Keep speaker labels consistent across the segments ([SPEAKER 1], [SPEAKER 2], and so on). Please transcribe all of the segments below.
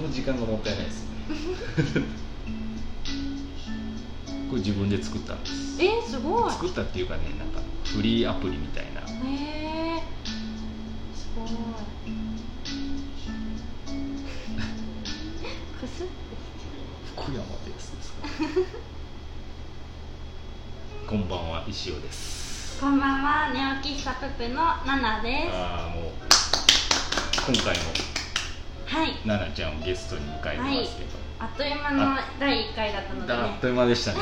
[SPEAKER 1] の時間がもったいない ですこれ自分で作ったんです
[SPEAKER 2] えー、すごい
[SPEAKER 1] 作ったっていうかねなんかフリーアプリみたいな
[SPEAKER 2] えー、す ごいくす
[SPEAKER 1] 福山ですですか こんばんは石尾です
[SPEAKER 2] こんばんは寝起きしたぷぷのナナです
[SPEAKER 1] ああもう今回も
[SPEAKER 2] はい
[SPEAKER 1] 奈々ちゃんをゲストに迎えてますけど、
[SPEAKER 2] あっという間の
[SPEAKER 1] あ
[SPEAKER 2] 第1回だったので
[SPEAKER 1] だあっ
[SPEAKER 2] ね
[SPEAKER 1] という間で したね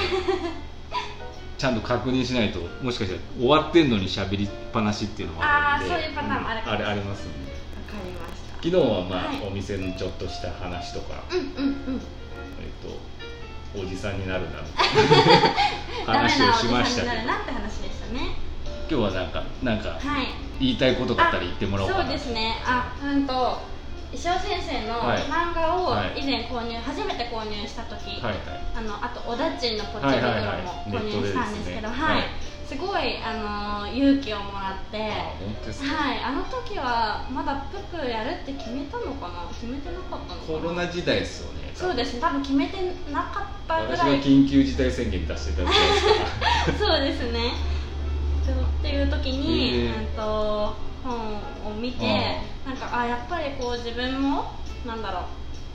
[SPEAKER 1] ちゃんと確認しないともしかしたら終わってんのに喋りっぱなしっていうのもあるんで
[SPEAKER 2] あーそういうパターンもあるかも
[SPEAKER 1] あれありますんで
[SPEAKER 2] わかりました
[SPEAKER 1] 昨日はまあ、
[SPEAKER 2] はい
[SPEAKER 1] お店のちょっとした話とか、
[SPEAKER 2] うんうんうん
[SPEAKER 1] えっとおじさんになるなみ たいな
[SPEAKER 2] ダメ
[SPEAKER 1] 話
[SPEAKER 2] な
[SPEAKER 1] を
[SPEAKER 2] お
[SPEAKER 1] し
[SPEAKER 2] じさん
[SPEAKER 1] ました
[SPEAKER 2] に
[SPEAKER 1] け
[SPEAKER 2] な
[SPEAKER 1] ど
[SPEAKER 2] るなって話でしたね
[SPEAKER 1] 今日はなんかなんか
[SPEAKER 2] はい
[SPEAKER 1] 言いたいことがあったら言ってもらおうかな
[SPEAKER 2] そうですねあうんと石尾先生の
[SPEAKER 1] はい
[SPEAKER 2] 漫画を
[SPEAKER 1] はい
[SPEAKER 2] 以前購入、初めて購入した時、
[SPEAKER 1] はい
[SPEAKER 2] あのあとおだちんのポチ
[SPEAKER 1] はい
[SPEAKER 2] 袋
[SPEAKER 1] はいはい
[SPEAKER 2] も購入したんですけどはい、
[SPEAKER 1] ネッ
[SPEAKER 2] すごいあの勇気をもらって
[SPEAKER 1] はいあ本当ですか、
[SPEAKER 2] はいあの時はまだプップやるって決めたのかな決めてなかったのか
[SPEAKER 1] コ
[SPEAKER 2] な
[SPEAKER 1] ロナ時代ですよね
[SPEAKER 2] そうですね多分決めてなかったぐ
[SPEAKER 1] 私
[SPEAKER 2] ら
[SPEAKER 1] が
[SPEAKER 2] い
[SPEAKER 1] 緊急事態宣言出してたんですか
[SPEAKER 2] そうですねそうっていう時
[SPEAKER 1] へ
[SPEAKER 2] に、
[SPEAKER 1] え
[SPEAKER 2] うんと本を見てなんかあやっぱりこう自分もなんだろ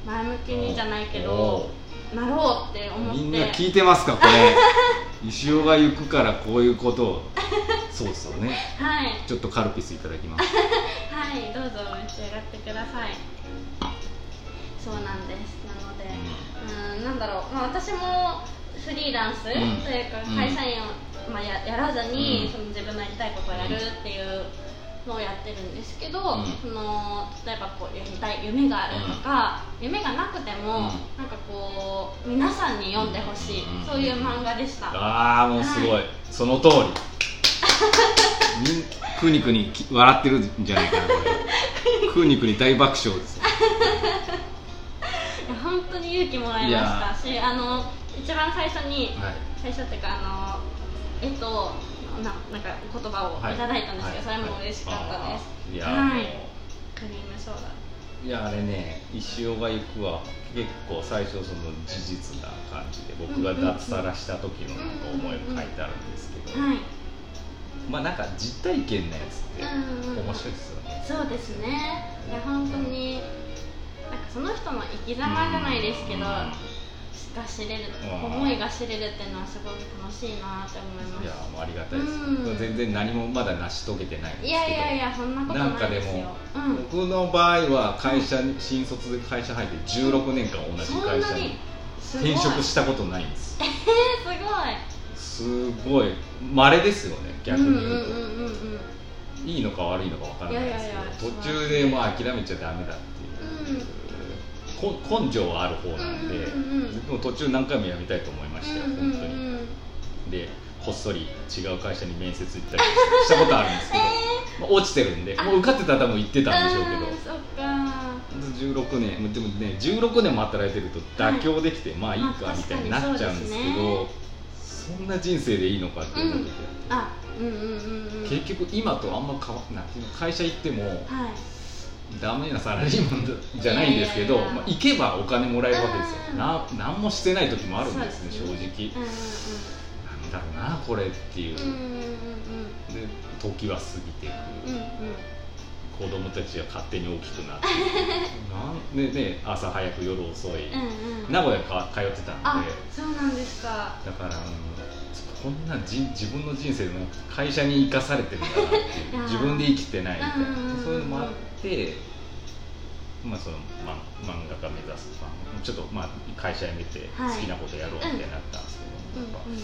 [SPEAKER 2] う前向きにじゃないけどなろうって
[SPEAKER 1] おー
[SPEAKER 2] 思って
[SPEAKER 1] みんな聞いてますかこ れ石尾が行くからこういうことをそうですよね
[SPEAKER 2] はい
[SPEAKER 1] ちょっとカルピスいただきます
[SPEAKER 2] はいどうぞ召し上がってくださいそうなんですなのでうんなんだろう、まあ、私もフリーランスと
[SPEAKER 1] ん
[SPEAKER 2] いうか
[SPEAKER 1] うん
[SPEAKER 2] 会社員を、まあ、ややらずに、
[SPEAKER 1] うん
[SPEAKER 2] その自分のやりたいことをやるっていうのをやってるんですけど、
[SPEAKER 1] ん
[SPEAKER 2] その例えばこうやりたい夢があるとか、夢がなくても、
[SPEAKER 1] う
[SPEAKER 2] なんかこう皆さんに読んでほしい、
[SPEAKER 1] うん
[SPEAKER 2] そういう漫画でした。
[SPEAKER 1] ああもうすごい、
[SPEAKER 2] は
[SPEAKER 1] その通りみんく にくにき笑ってるんじゃないかなこ れくにくに大爆笑です
[SPEAKER 2] いや本当に勇気もらいましたしあの一番最初に
[SPEAKER 1] はい
[SPEAKER 2] 最初っていうかあの絵とななんか言葉をいただいたんですけど、それも嬉しかったです、
[SPEAKER 1] いや、
[SPEAKER 2] はい
[SPEAKER 1] も
[SPEAKER 2] クリームソーダ
[SPEAKER 1] ういやあれね石尾が行くは結構最初その事実な感じで僕が脱サラした時のなんか思いが書いてあるんですけど、
[SPEAKER 2] はい
[SPEAKER 1] まあなんか実体験のやつって
[SPEAKER 2] うんうんうん
[SPEAKER 1] 面白いですよね、
[SPEAKER 2] そうですねいや本当になんかその人の生き様じゃないですけど、
[SPEAKER 1] うん
[SPEAKER 2] が知れる
[SPEAKER 1] うん
[SPEAKER 2] 思いが知れるっていうのはすごく楽しいなって思いま
[SPEAKER 1] いや
[SPEAKER 2] す
[SPEAKER 1] もうありがたいです、
[SPEAKER 2] うん
[SPEAKER 1] 全然何もまだ成し遂げてないんですけど
[SPEAKER 2] いやいやいやそんなこと
[SPEAKER 1] なん
[SPEAKER 2] な
[SPEAKER 1] か
[SPEAKER 2] い
[SPEAKER 1] で
[SPEAKER 2] ですよ
[SPEAKER 1] も、
[SPEAKER 2] うん、
[SPEAKER 1] 僕の場合は会社に新卒で会社入って16年間同じ
[SPEAKER 2] そん
[SPEAKER 1] 会
[SPEAKER 2] な
[SPEAKER 1] 社
[SPEAKER 2] に
[SPEAKER 1] に
[SPEAKER 2] すごい
[SPEAKER 1] 転職したことないんです
[SPEAKER 2] えすご
[SPEAKER 1] すごい稀ですよね
[SPEAKER 2] い
[SPEAKER 1] 逆に言うと、
[SPEAKER 2] うんうんうんうんうん
[SPEAKER 1] いいのか悪いのか分からないですけど
[SPEAKER 2] いやいやいや
[SPEAKER 1] 途中でもう諦めちゃダメだっていう、こ根性はある方なんで、
[SPEAKER 2] うんうんうん
[SPEAKER 1] でも途中何回もやめたいと思いましたよ、
[SPEAKER 2] うんうん
[SPEAKER 1] 本当に
[SPEAKER 2] うん
[SPEAKER 1] でこっそり違う会社に面接行ったりしたことあるんですけど、まあ落ちてるんでもう受かってたら多分行ってたんでしょうけど、
[SPEAKER 2] あーそっか
[SPEAKER 1] 16年でもね16年も働いてると妥協できて、まあいいかみたいになっちゃうんですけ
[SPEAKER 2] ま
[SPEAKER 1] ど、そんな人生でいいのかっていうことで、
[SPEAKER 2] あうんうんうんうん
[SPEAKER 1] 結局今とあんま変わなんていうの会社行っても
[SPEAKER 2] はい
[SPEAKER 1] ダメなサラリーマンだじゃないんですけど
[SPEAKER 2] いやいやいや
[SPEAKER 1] まあ、行けばお金もらえるわけですよ、
[SPEAKER 2] うん
[SPEAKER 1] な何もしてない時もあるんですね
[SPEAKER 2] そうですね
[SPEAKER 1] 正直
[SPEAKER 2] うんうん
[SPEAKER 1] なんだろうなこれっていう、
[SPEAKER 2] うん
[SPEAKER 1] で時は過ぎていく、
[SPEAKER 2] うんうんうんうん
[SPEAKER 1] 子供たちは勝手に大きく なっていくなんでね朝早く夜遅い、
[SPEAKER 2] うんうん
[SPEAKER 1] 名古屋か通ってたん
[SPEAKER 2] あ
[SPEAKER 1] で
[SPEAKER 2] そうなんですか
[SPEAKER 1] だから、うんこんな人自分の人生の会社に生かされてるんだな ってい
[SPEAKER 2] いうやー
[SPEAKER 1] 自分で生きてないみたいな
[SPEAKER 2] うんうんうん
[SPEAKER 1] そういうのもあって、まあ、その、ま、漫画家目指す、まあちょっと、まあ、会社辞めて好
[SPEAKER 2] はい
[SPEAKER 1] きなことやろうみたいになったんです
[SPEAKER 2] う
[SPEAKER 1] け
[SPEAKER 2] ん
[SPEAKER 1] ど、
[SPEAKER 2] うん
[SPEAKER 1] やっ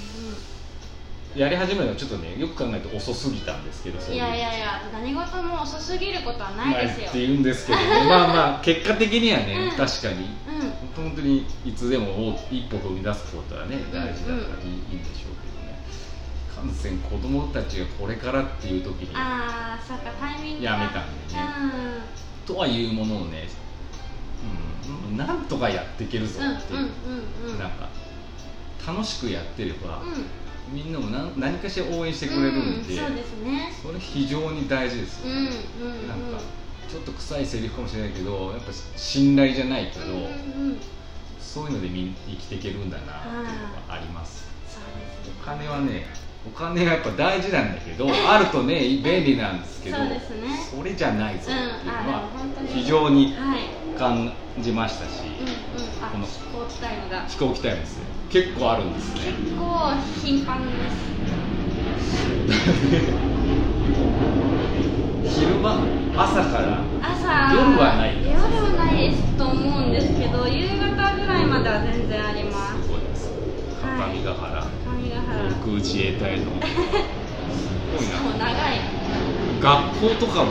[SPEAKER 1] ぱ
[SPEAKER 2] う
[SPEAKER 1] やり始めるのはちょっとねよく考えると遅すぎたんですけどそ
[SPEAKER 2] ん
[SPEAKER 1] う
[SPEAKER 2] いうやいやいや何事も遅すぎることはないですよ
[SPEAKER 1] って言うんですけど、まあまあ結果的にはね、
[SPEAKER 2] うん
[SPEAKER 1] 確かに
[SPEAKER 2] うん
[SPEAKER 1] 本当にいつでも一歩踏み出すことはね大事だからいい,、ん、でしょうけどね感染子供たちがこれからっていう時にや
[SPEAKER 2] ああそっかタイミング
[SPEAKER 1] め
[SPEAKER 2] が
[SPEAKER 1] たんで
[SPEAKER 2] う
[SPEAKER 1] ね、
[SPEAKER 2] ん
[SPEAKER 1] とはいうもののね、うん、なんとかやっていけるぞっていう、
[SPEAKER 2] うんうんうんうん
[SPEAKER 1] なんか楽しくやってれば、
[SPEAKER 2] うん
[SPEAKER 1] みんなも何何かしら応援してくれるんで,、
[SPEAKER 2] うんそうですね
[SPEAKER 1] それ非常に大事です
[SPEAKER 2] う
[SPEAKER 1] よ
[SPEAKER 2] ん
[SPEAKER 1] ね、
[SPEAKER 2] うんうん
[SPEAKER 1] なんかちょっっと臭いセリフかもしれないけどやっぱ信頼じゃないけど、
[SPEAKER 2] うんうんうん
[SPEAKER 1] そういうのでみん生きていけるんだなっていうのがあります、
[SPEAKER 2] そうですね
[SPEAKER 1] お金はねお金がやっぱ大事なんだけどあるとね便利なんですけど
[SPEAKER 2] そうですね
[SPEAKER 1] それじゃないぞっていうの
[SPEAKER 2] うんあー本当
[SPEAKER 1] は
[SPEAKER 2] に
[SPEAKER 1] 非常に
[SPEAKER 2] はい
[SPEAKER 1] 感じましたし、
[SPEAKER 2] うんうんあ
[SPEAKER 1] この
[SPEAKER 2] スポーツタイムが
[SPEAKER 1] 飛行機タイムですね結構あるんですね
[SPEAKER 2] 結構頻繁です
[SPEAKER 1] 昼間朝から
[SPEAKER 2] 朝
[SPEAKER 1] 夜はない
[SPEAKER 2] 夜はないですと思うんですけど夕方ぐらいまでは全然あります
[SPEAKER 1] そうです
[SPEAKER 2] は
[SPEAKER 1] 各
[SPEAKER 2] い
[SPEAKER 1] 務原
[SPEAKER 2] 上ヶ原
[SPEAKER 1] 航空自衛 隊のすごいな
[SPEAKER 2] もう長い
[SPEAKER 1] 学校とかも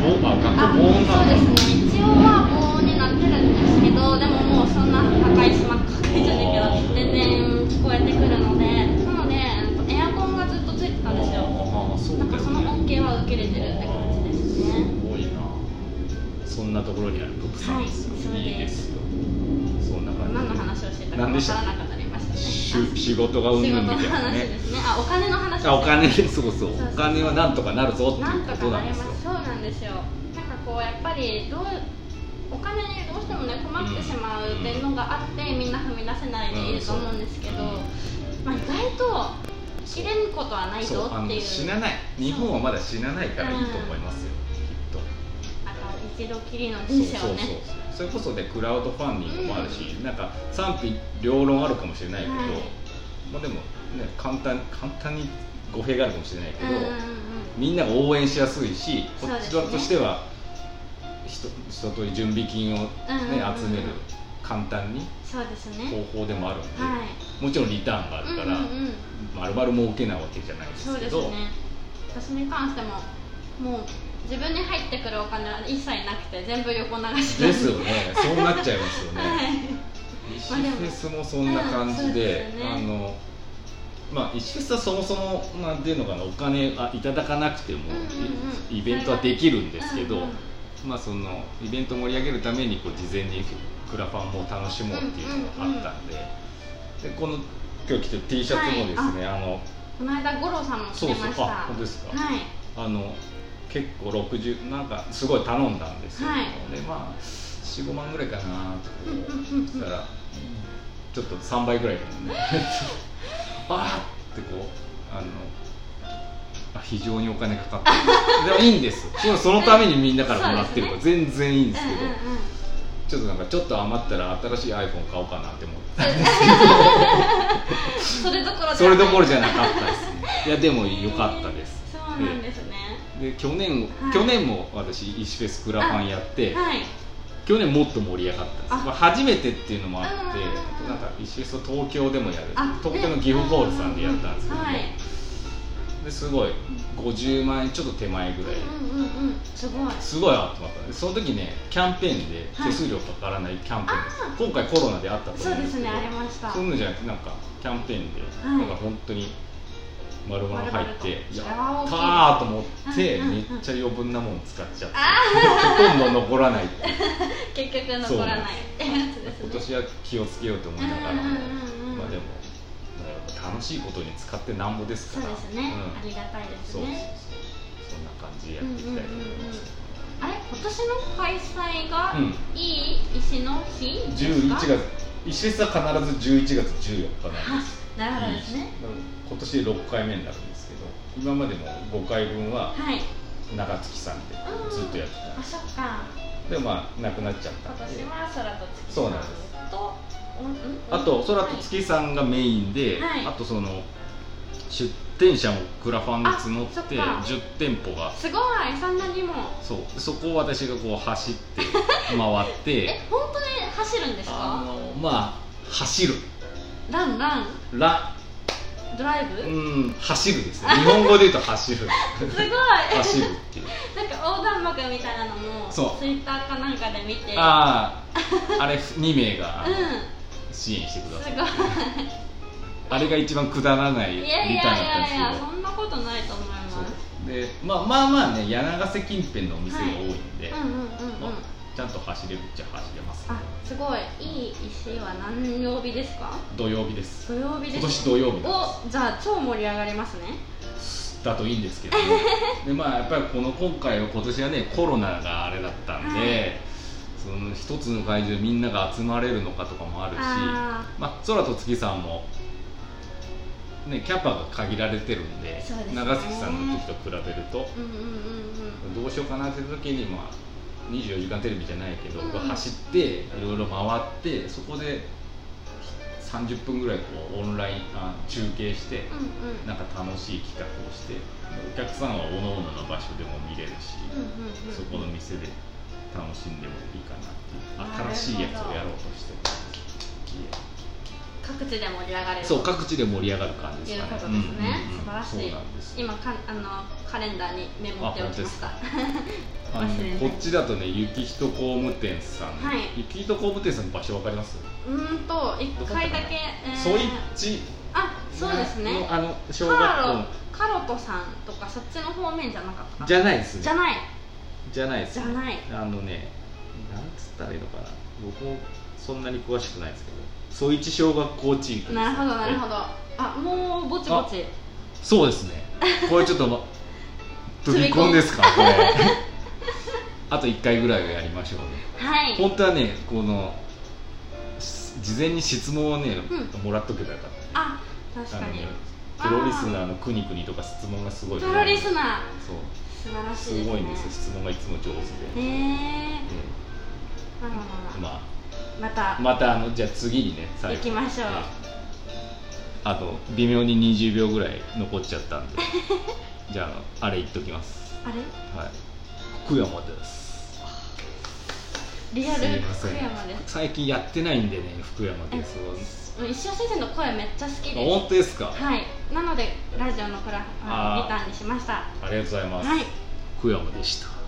[SPEAKER 1] ぼあ
[SPEAKER 2] あ
[SPEAKER 1] 学校防音
[SPEAKER 2] そ
[SPEAKER 1] な
[SPEAKER 2] うで
[SPEAKER 1] の
[SPEAKER 2] すね一応は防音になってるんですけどでももうそんな破壊しま破壊じゃないけど全然聞こえてくるのでなのでうんとエアコンがずっとついてたんですよ
[SPEAKER 1] ああそうだよ
[SPEAKER 2] なん
[SPEAKER 1] ね
[SPEAKER 2] かその恩恵は受けれてるって感じですね
[SPEAKER 1] すごいなそんなところにある特産ですよ、
[SPEAKER 2] はいそうです
[SPEAKER 1] いいですよそんな感じ
[SPEAKER 2] 何の話をしてたか
[SPEAKER 1] 何で
[SPEAKER 2] 分
[SPEAKER 1] し
[SPEAKER 2] か
[SPEAKER 1] た
[SPEAKER 2] らなくなりましたね
[SPEAKER 1] し
[SPEAKER 2] あ
[SPEAKER 1] 仕事がうんぬ
[SPEAKER 2] 仕
[SPEAKER 1] ん
[SPEAKER 2] 事
[SPEAKER 1] み
[SPEAKER 2] の
[SPEAKER 1] たいな
[SPEAKER 2] 話
[SPEAKER 1] ね
[SPEAKER 2] ですねあお金の話です
[SPEAKER 1] あお金そうそう
[SPEAKER 2] そうそう
[SPEAKER 1] お金はなんとかなるぞって
[SPEAKER 2] ない
[SPEAKER 1] う
[SPEAKER 2] んと
[SPEAKER 1] こ
[SPEAKER 2] か
[SPEAKER 1] と
[SPEAKER 2] な
[SPEAKER 1] なん
[SPEAKER 2] り
[SPEAKER 1] で
[SPEAKER 2] ます
[SPEAKER 1] よ
[SPEAKER 2] すそうなんですよなんかこうやっぱりどうお金にどうしてもね困ってしまうっていうのがあってみんな踏み出せないでいると思うんですけど、まあ、意外と切れることはない
[SPEAKER 1] そう
[SPEAKER 2] ぞ
[SPEAKER 1] あ
[SPEAKER 2] っ
[SPEAKER 1] の
[SPEAKER 2] ていう
[SPEAKER 1] 死なない日本はまだ死なないからいいと思いますよ、きっと
[SPEAKER 2] あの一度きりの人生
[SPEAKER 1] そうそう
[SPEAKER 2] をね
[SPEAKER 1] そうそれこそでクラウドファンディングもあるし、なんか賛否両論あるかもしれないけど、
[SPEAKER 2] はい
[SPEAKER 1] まあでも、ね、簡単簡単に語弊があるかもしれないけ
[SPEAKER 2] うん
[SPEAKER 1] ど、
[SPEAKER 2] うんうん
[SPEAKER 1] みんなが応援しやすいしこ
[SPEAKER 2] そうで
[SPEAKER 1] っち
[SPEAKER 2] すね
[SPEAKER 1] 側としてはひと一通り準備金を、ね
[SPEAKER 2] うんうんうん
[SPEAKER 1] 集める簡単に
[SPEAKER 2] そうですね
[SPEAKER 1] 方法でもあるんで、
[SPEAKER 2] は
[SPEAKER 1] もちろんリターンがあ
[SPEAKER 2] い
[SPEAKER 1] るから、
[SPEAKER 2] うんうんうん
[SPEAKER 1] まるまる儲けなわけじゃないで
[SPEAKER 2] そう
[SPEAKER 1] すけ
[SPEAKER 2] です
[SPEAKER 1] ど
[SPEAKER 2] ね私に関してももう自分に入ってくるお金は一切なくて全部横流しなん
[SPEAKER 1] ですよねそうなっちゃいますよね。
[SPEAKER 2] はい
[SPEAKER 1] 石フェスもそんな感じで、
[SPEAKER 2] まあ
[SPEAKER 1] あ
[SPEAKER 2] でも
[SPEAKER 1] のまあ石フェスはそもそもなんていうのかなお金あいただかなくても、
[SPEAKER 2] うんうんうん
[SPEAKER 1] いイベントはできるんですけど、
[SPEAKER 2] うんうん
[SPEAKER 1] まあそのイベントを盛り上げるためにこう事前にクラファンも楽しもうっていうのがあったんで、でこの今日着てる T シャツもですね、あの
[SPEAKER 2] この間五郎さんも来てまし
[SPEAKER 1] そ
[SPEAKER 2] た
[SPEAKER 1] うそうあ本当ですか
[SPEAKER 2] はい
[SPEAKER 1] あの結構60なんかすごい頼んだんですよ、
[SPEAKER 2] はい
[SPEAKER 1] でまあ45万ぐらいかなとか
[SPEAKER 2] うんうん
[SPEAKER 1] そした
[SPEAKER 2] うんうん
[SPEAKER 1] らちょっと3倍ぐらいだもん ねあーってこうあのあ非常にお金かかってるでも いいんですでもそのためにみんなからもらってるから全然いいんですけど、
[SPEAKER 2] うんうんうん
[SPEAKER 1] ちょっとなんかちょっと余ったら新しい iPhone 買おうかなって思って
[SPEAKER 2] それどころじゃない
[SPEAKER 1] それどころじゃなかったですねいやでも良かったです
[SPEAKER 2] そうなんですね
[SPEAKER 1] で去年、
[SPEAKER 2] はい
[SPEAKER 1] 去年も私石フェスクラファンやって、
[SPEAKER 2] はい
[SPEAKER 1] 去年もっと盛り上がったんです
[SPEAKER 2] あ
[SPEAKER 1] まあ、初めてっていうのもあって
[SPEAKER 2] うんうんうんうん
[SPEAKER 1] なんか石フェスを東京でもやる
[SPEAKER 2] あ
[SPEAKER 1] 東京のギフホールさんでやったんですけども、
[SPEAKER 2] はい
[SPEAKER 1] ですごい50万円ちょっと手前ぐらい
[SPEAKER 2] うんうんうんうんすごい
[SPEAKER 1] すごいあってまったでその時ねキャンペーンで手数料かからないキャンペーンです、
[SPEAKER 2] はいあ
[SPEAKER 1] 今回コロナであったと
[SPEAKER 2] そ
[SPEAKER 1] 思
[SPEAKER 2] う
[SPEAKER 1] うん
[SPEAKER 2] で
[SPEAKER 1] です
[SPEAKER 2] す
[SPEAKER 1] け
[SPEAKER 2] ね
[SPEAKER 1] ど
[SPEAKER 2] ありました
[SPEAKER 1] そういうのじゃなくてなんかキャンペーンで、
[SPEAKER 2] い
[SPEAKER 1] なんか本当に丸々入って
[SPEAKER 2] 丸々と
[SPEAKER 1] やっ
[SPEAKER 2] あー大き
[SPEAKER 1] た
[SPEAKER 2] い
[SPEAKER 1] ーと思って、
[SPEAKER 2] うんうんうん
[SPEAKER 1] めっちゃ余分なもん使っちゃってほとんど残らないっていう
[SPEAKER 2] 結局残らないってやつです
[SPEAKER 1] 今
[SPEAKER 2] ね
[SPEAKER 1] 年は気をつけようと思いながらも、
[SPEAKER 2] うんうんうんうん
[SPEAKER 1] まあでもなんか楽しいことに使ってなんぼです
[SPEAKER 2] そ
[SPEAKER 1] か
[SPEAKER 2] う
[SPEAKER 1] ら
[SPEAKER 2] ですね
[SPEAKER 1] うん
[SPEAKER 2] ありがたいです
[SPEAKER 1] そうそうそう
[SPEAKER 2] ね
[SPEAKER 1] そんな感じでやっていきたいと思います、
[SPEAKER 2] あれ今年の開催が
[SPEAKER 1] うん
[SPEAKER 2] いい石の日です
[SPEAKER 1] 11
[SPEAKER 2] か
[SPEAKER 1] 月石フェスは必ず11月14日なん
[SPEAKER 2] あ
[SPEAKER 1] です
[SPEAKER 2] なるほどですね
[SPEAKER 1] 今年で6回目になるんですけど今までも5回分は
[SPEAKER 2] はい
[SPEAKER 1] 長月さんで
[SPEAKER 2] うん
[SPEAKER 1] ずっとやってたん
[SPEAKER 2] あ
[SPEAKER 1] です
[SPEAKER 2] そっか
[SPEAKER 1] でまあなくなっちゃった
[SPEAKER 2] 今
[SPEAKER 1] んで
[SPEAKER 2] 年は空と月
[SPEAKER 1] そうなんです
[SPEAKER 2] と
[SPEAKER 1] あと空と月さんがメインで、
[SPEAKER 2] はい
[SPEAKER 1] あとその出店者もクラファンで募
[SPEAKER 2] あそ
[SPEAKER 1] っ
[SPEAKER 2] ってか
[SPEAKER 1] 10店舗が
[SPEAKER 2] すごいそんなにも
[SPEAKER 1] そうそこを私がこう走って 回って
[SPEAKER 2] え本当に走るんです
[SPEAKER 1] あ
[SPEAKER 2] か
[SPEAKER 1] のまあ走る
[SPEAKER 2] ランラン
[SPEAKER 1] ら
[SPEAKER 2] ドライ
[SPEAKER 1] う
[SPEAKER 2] ブ、
[SPEAKER 1] ん走るですね日本語で言うと走る
[SPEAKER 2] すごい
[SPEAKER 1] 走るっていう
[SPEAKER 2] なんか横断幕みたいなのも
[SPEAKER 1] そう
[SPEAKER 2] ツイッターかなんかで見て
[SPEAKER 1] あああれ2名が
[SPEAKER 2] うん
[SPEAKER 1] 支援してくだ
[SPEAKER 2] す
[SPEAKER 1] さい
[SPEAKER 2] ごい
[SPEAKER 1] あれが一番くだらない
[SPEAKER 2] い
[SPEAKER 1] リタ
[SPEAKER 2] やいや
[SPEAKER 1] ー
[SPEAKER 2] い
[SPEAKER 1] ンだったんで
[SPEAKER 2] やいや
[SPEAKER 1] す
[SPEAKER 2] そんなことないと思います
[SPEAKER 1] けどそうで、まあ、まあまあね柳ヶ瀬近辺のお店が多いんで、
[SPEAKER 2] うんうんうん
[SPEAKER 1] まあ
[SPEAKER 2] うん
[SPEAKER 1] ちゃんと走れるっちゃ走れます
[SPEAKER 2] あすごいいい石は何曜日ですか
[SPEAKER 1] 土曜日です
[SPEAKER 2] 土曜日です
[SPEAKER 1] 今年土曜日なん
[SPEAKER 2] おじゃあ超盛り上がりますね
[SPEAKER 1] ですだといいん ですけど、でまあやっぱりこの今回は今年はねコロナがあれだったんで、
[SPEAKER 2] は
[SPEAKER 1] その一つの会場にみんなが集まれるのかとかもあるし
[SPEAKER 2] あ
[SPEAKER 1] まあ、空と月さんも、ね、キャパが限られてるんで
[SPEAKER 2] そうですね
[SPEAKER 1] 長月さんの時と比べると
[SPEAKER 2] うんうんうんうん
[SPEAKER 1] どうしようかなって時にまあ24時間テレビじゃないけど、
[SPEAKER 2] うん
[SPEAKER 1] 走っていろいろ回ってそこで30分ぐらいこうオンラインあ中継して。
[SPEAKER 2] うんうん
[SPEAKER 1] なんか楽しい企画をしてお客さんはおのおのの場所でも見れるし、
[SPEAKER 2] うんうんうん
[SPEAKER 1] そこの店で楽しんでもいいかなって
[SPEAKER 2] なる
[SPEAKER 1] いう
[SPEAKER 2] ほど
[SPEAKER 1] 新しいやつをやろうとしてます
[SPEAKER 2] 各地で盛り上がれる
[SPEAKER 1] そう各地で盛り上がる感じですかね
[SPEAKER 2] ということですね
[SPEAKER 1] うんうんうん
[SPEAKER 2] 素晴らしい
[SPEAKER 1] そうなんです
[SPEAKER 2] 今かあのカレンダーにメモっておきました
[SPEAKER 1] ああ
[SPEAKER 2] 忘れ
[SPEAKER 1] の
[SPEAKER 2] な
[SPEAKER 1] こ
[SPEAKER 2] い
[SPEAKER 1] っちだとね雪人工務店さん、
[SPEAKER 2] はい
[SPEAKER 1] 雪人工務店さんの場所わかります
[SPEAKER 2] うーんと一回だけえー
[SPEAKER 1] ソイッチ
[SPEAKER 2] あそうですね
[SPEAKER 1] のあの小学
[SPEAKER 2] カ
[SPEAKER 1] 校
[SPEAKER 2] ロカロトさんとかそっちの方面じゃなかった
[SPEAKER 1] じゃないですね
[SPEAKER 2] じゃない
[SPEAKER 1] じゃないです
[SPEAKER 2] じゃない
[SPEAKER 1] あのね、なんつったらいいのかな、僕もそんなに詳しくないですけど、ソイチ小学校チームです
[SPEAKER 2] なるほどなるほどあもうぼちぼち
[SPEAKER 1] そうですね、これちょっと、ま、 飛び込んですか、これ。 あと1回ぐらいはやりましょうね。
[SPEAKER 2] はい
[SPEAKER 1] 本当はね、この、し事前に質問をね、
[SPEAKER 2] うん
[SPEAKER 1] もらっとけばよかっ
[SPEAKER 2] あ確
[SPEAKER 1] た。
[SPEAKER 2] かに
[SPEAKER 1] あのねプロリスナーのくにくにとか質問がすごい。
[SPEAKER 2] プロリスナ
[SPEAKER 1] そう、
[SPEAKER 2] ー素晴らしいですすね
[SPEAKER 1] ごいんですよ、質問がいつも上手で。
[SPEAKER 2] へえ
[SPEAKER 1] う
[SPEAKER 2] まあまあまあ
[SPEAKER 1] ん
[SPEAKER 2] ま
[SPEAKER 1] まあ
[SPEAKER 2] あま
[SPEAKER 1] ま
[SPEAKER 2] た
[SPEAKER 1] たあのじゃあ次にね最後
[SPEAKER 2] 行きましょう
[SPEAKER 1] あと微妙に20秒ぐらい残っちゃったん でじゃああれ言っときます
[SPEAKER 2] あれ
[SPEAKER 1] はい福山です
[SPEAKER 2] リアル
[SPEAKER 1] すいませ
[SPEAKER 2] 福
[SPEAKER 1] ん
[SPEAKER 2] 山です
[SPEAKER 1] 最近やってないんでね福山です
[SPEAKER 2] うん石尾先生の声めっちゃ好き
[SPEAKER 1] あ
[SPEAKER 2] で
[SPEAKER 1] 本当ですか、
[SPEAKER 2] すはいなのでラジオのコラあの
[SPEAKER 1] あー
[SPEAKER 2] ギターにしましたは
[SPEAKER 1] ありがとうございます、
[SPEAKER 2] い
[SPEAKER 1] 福山でした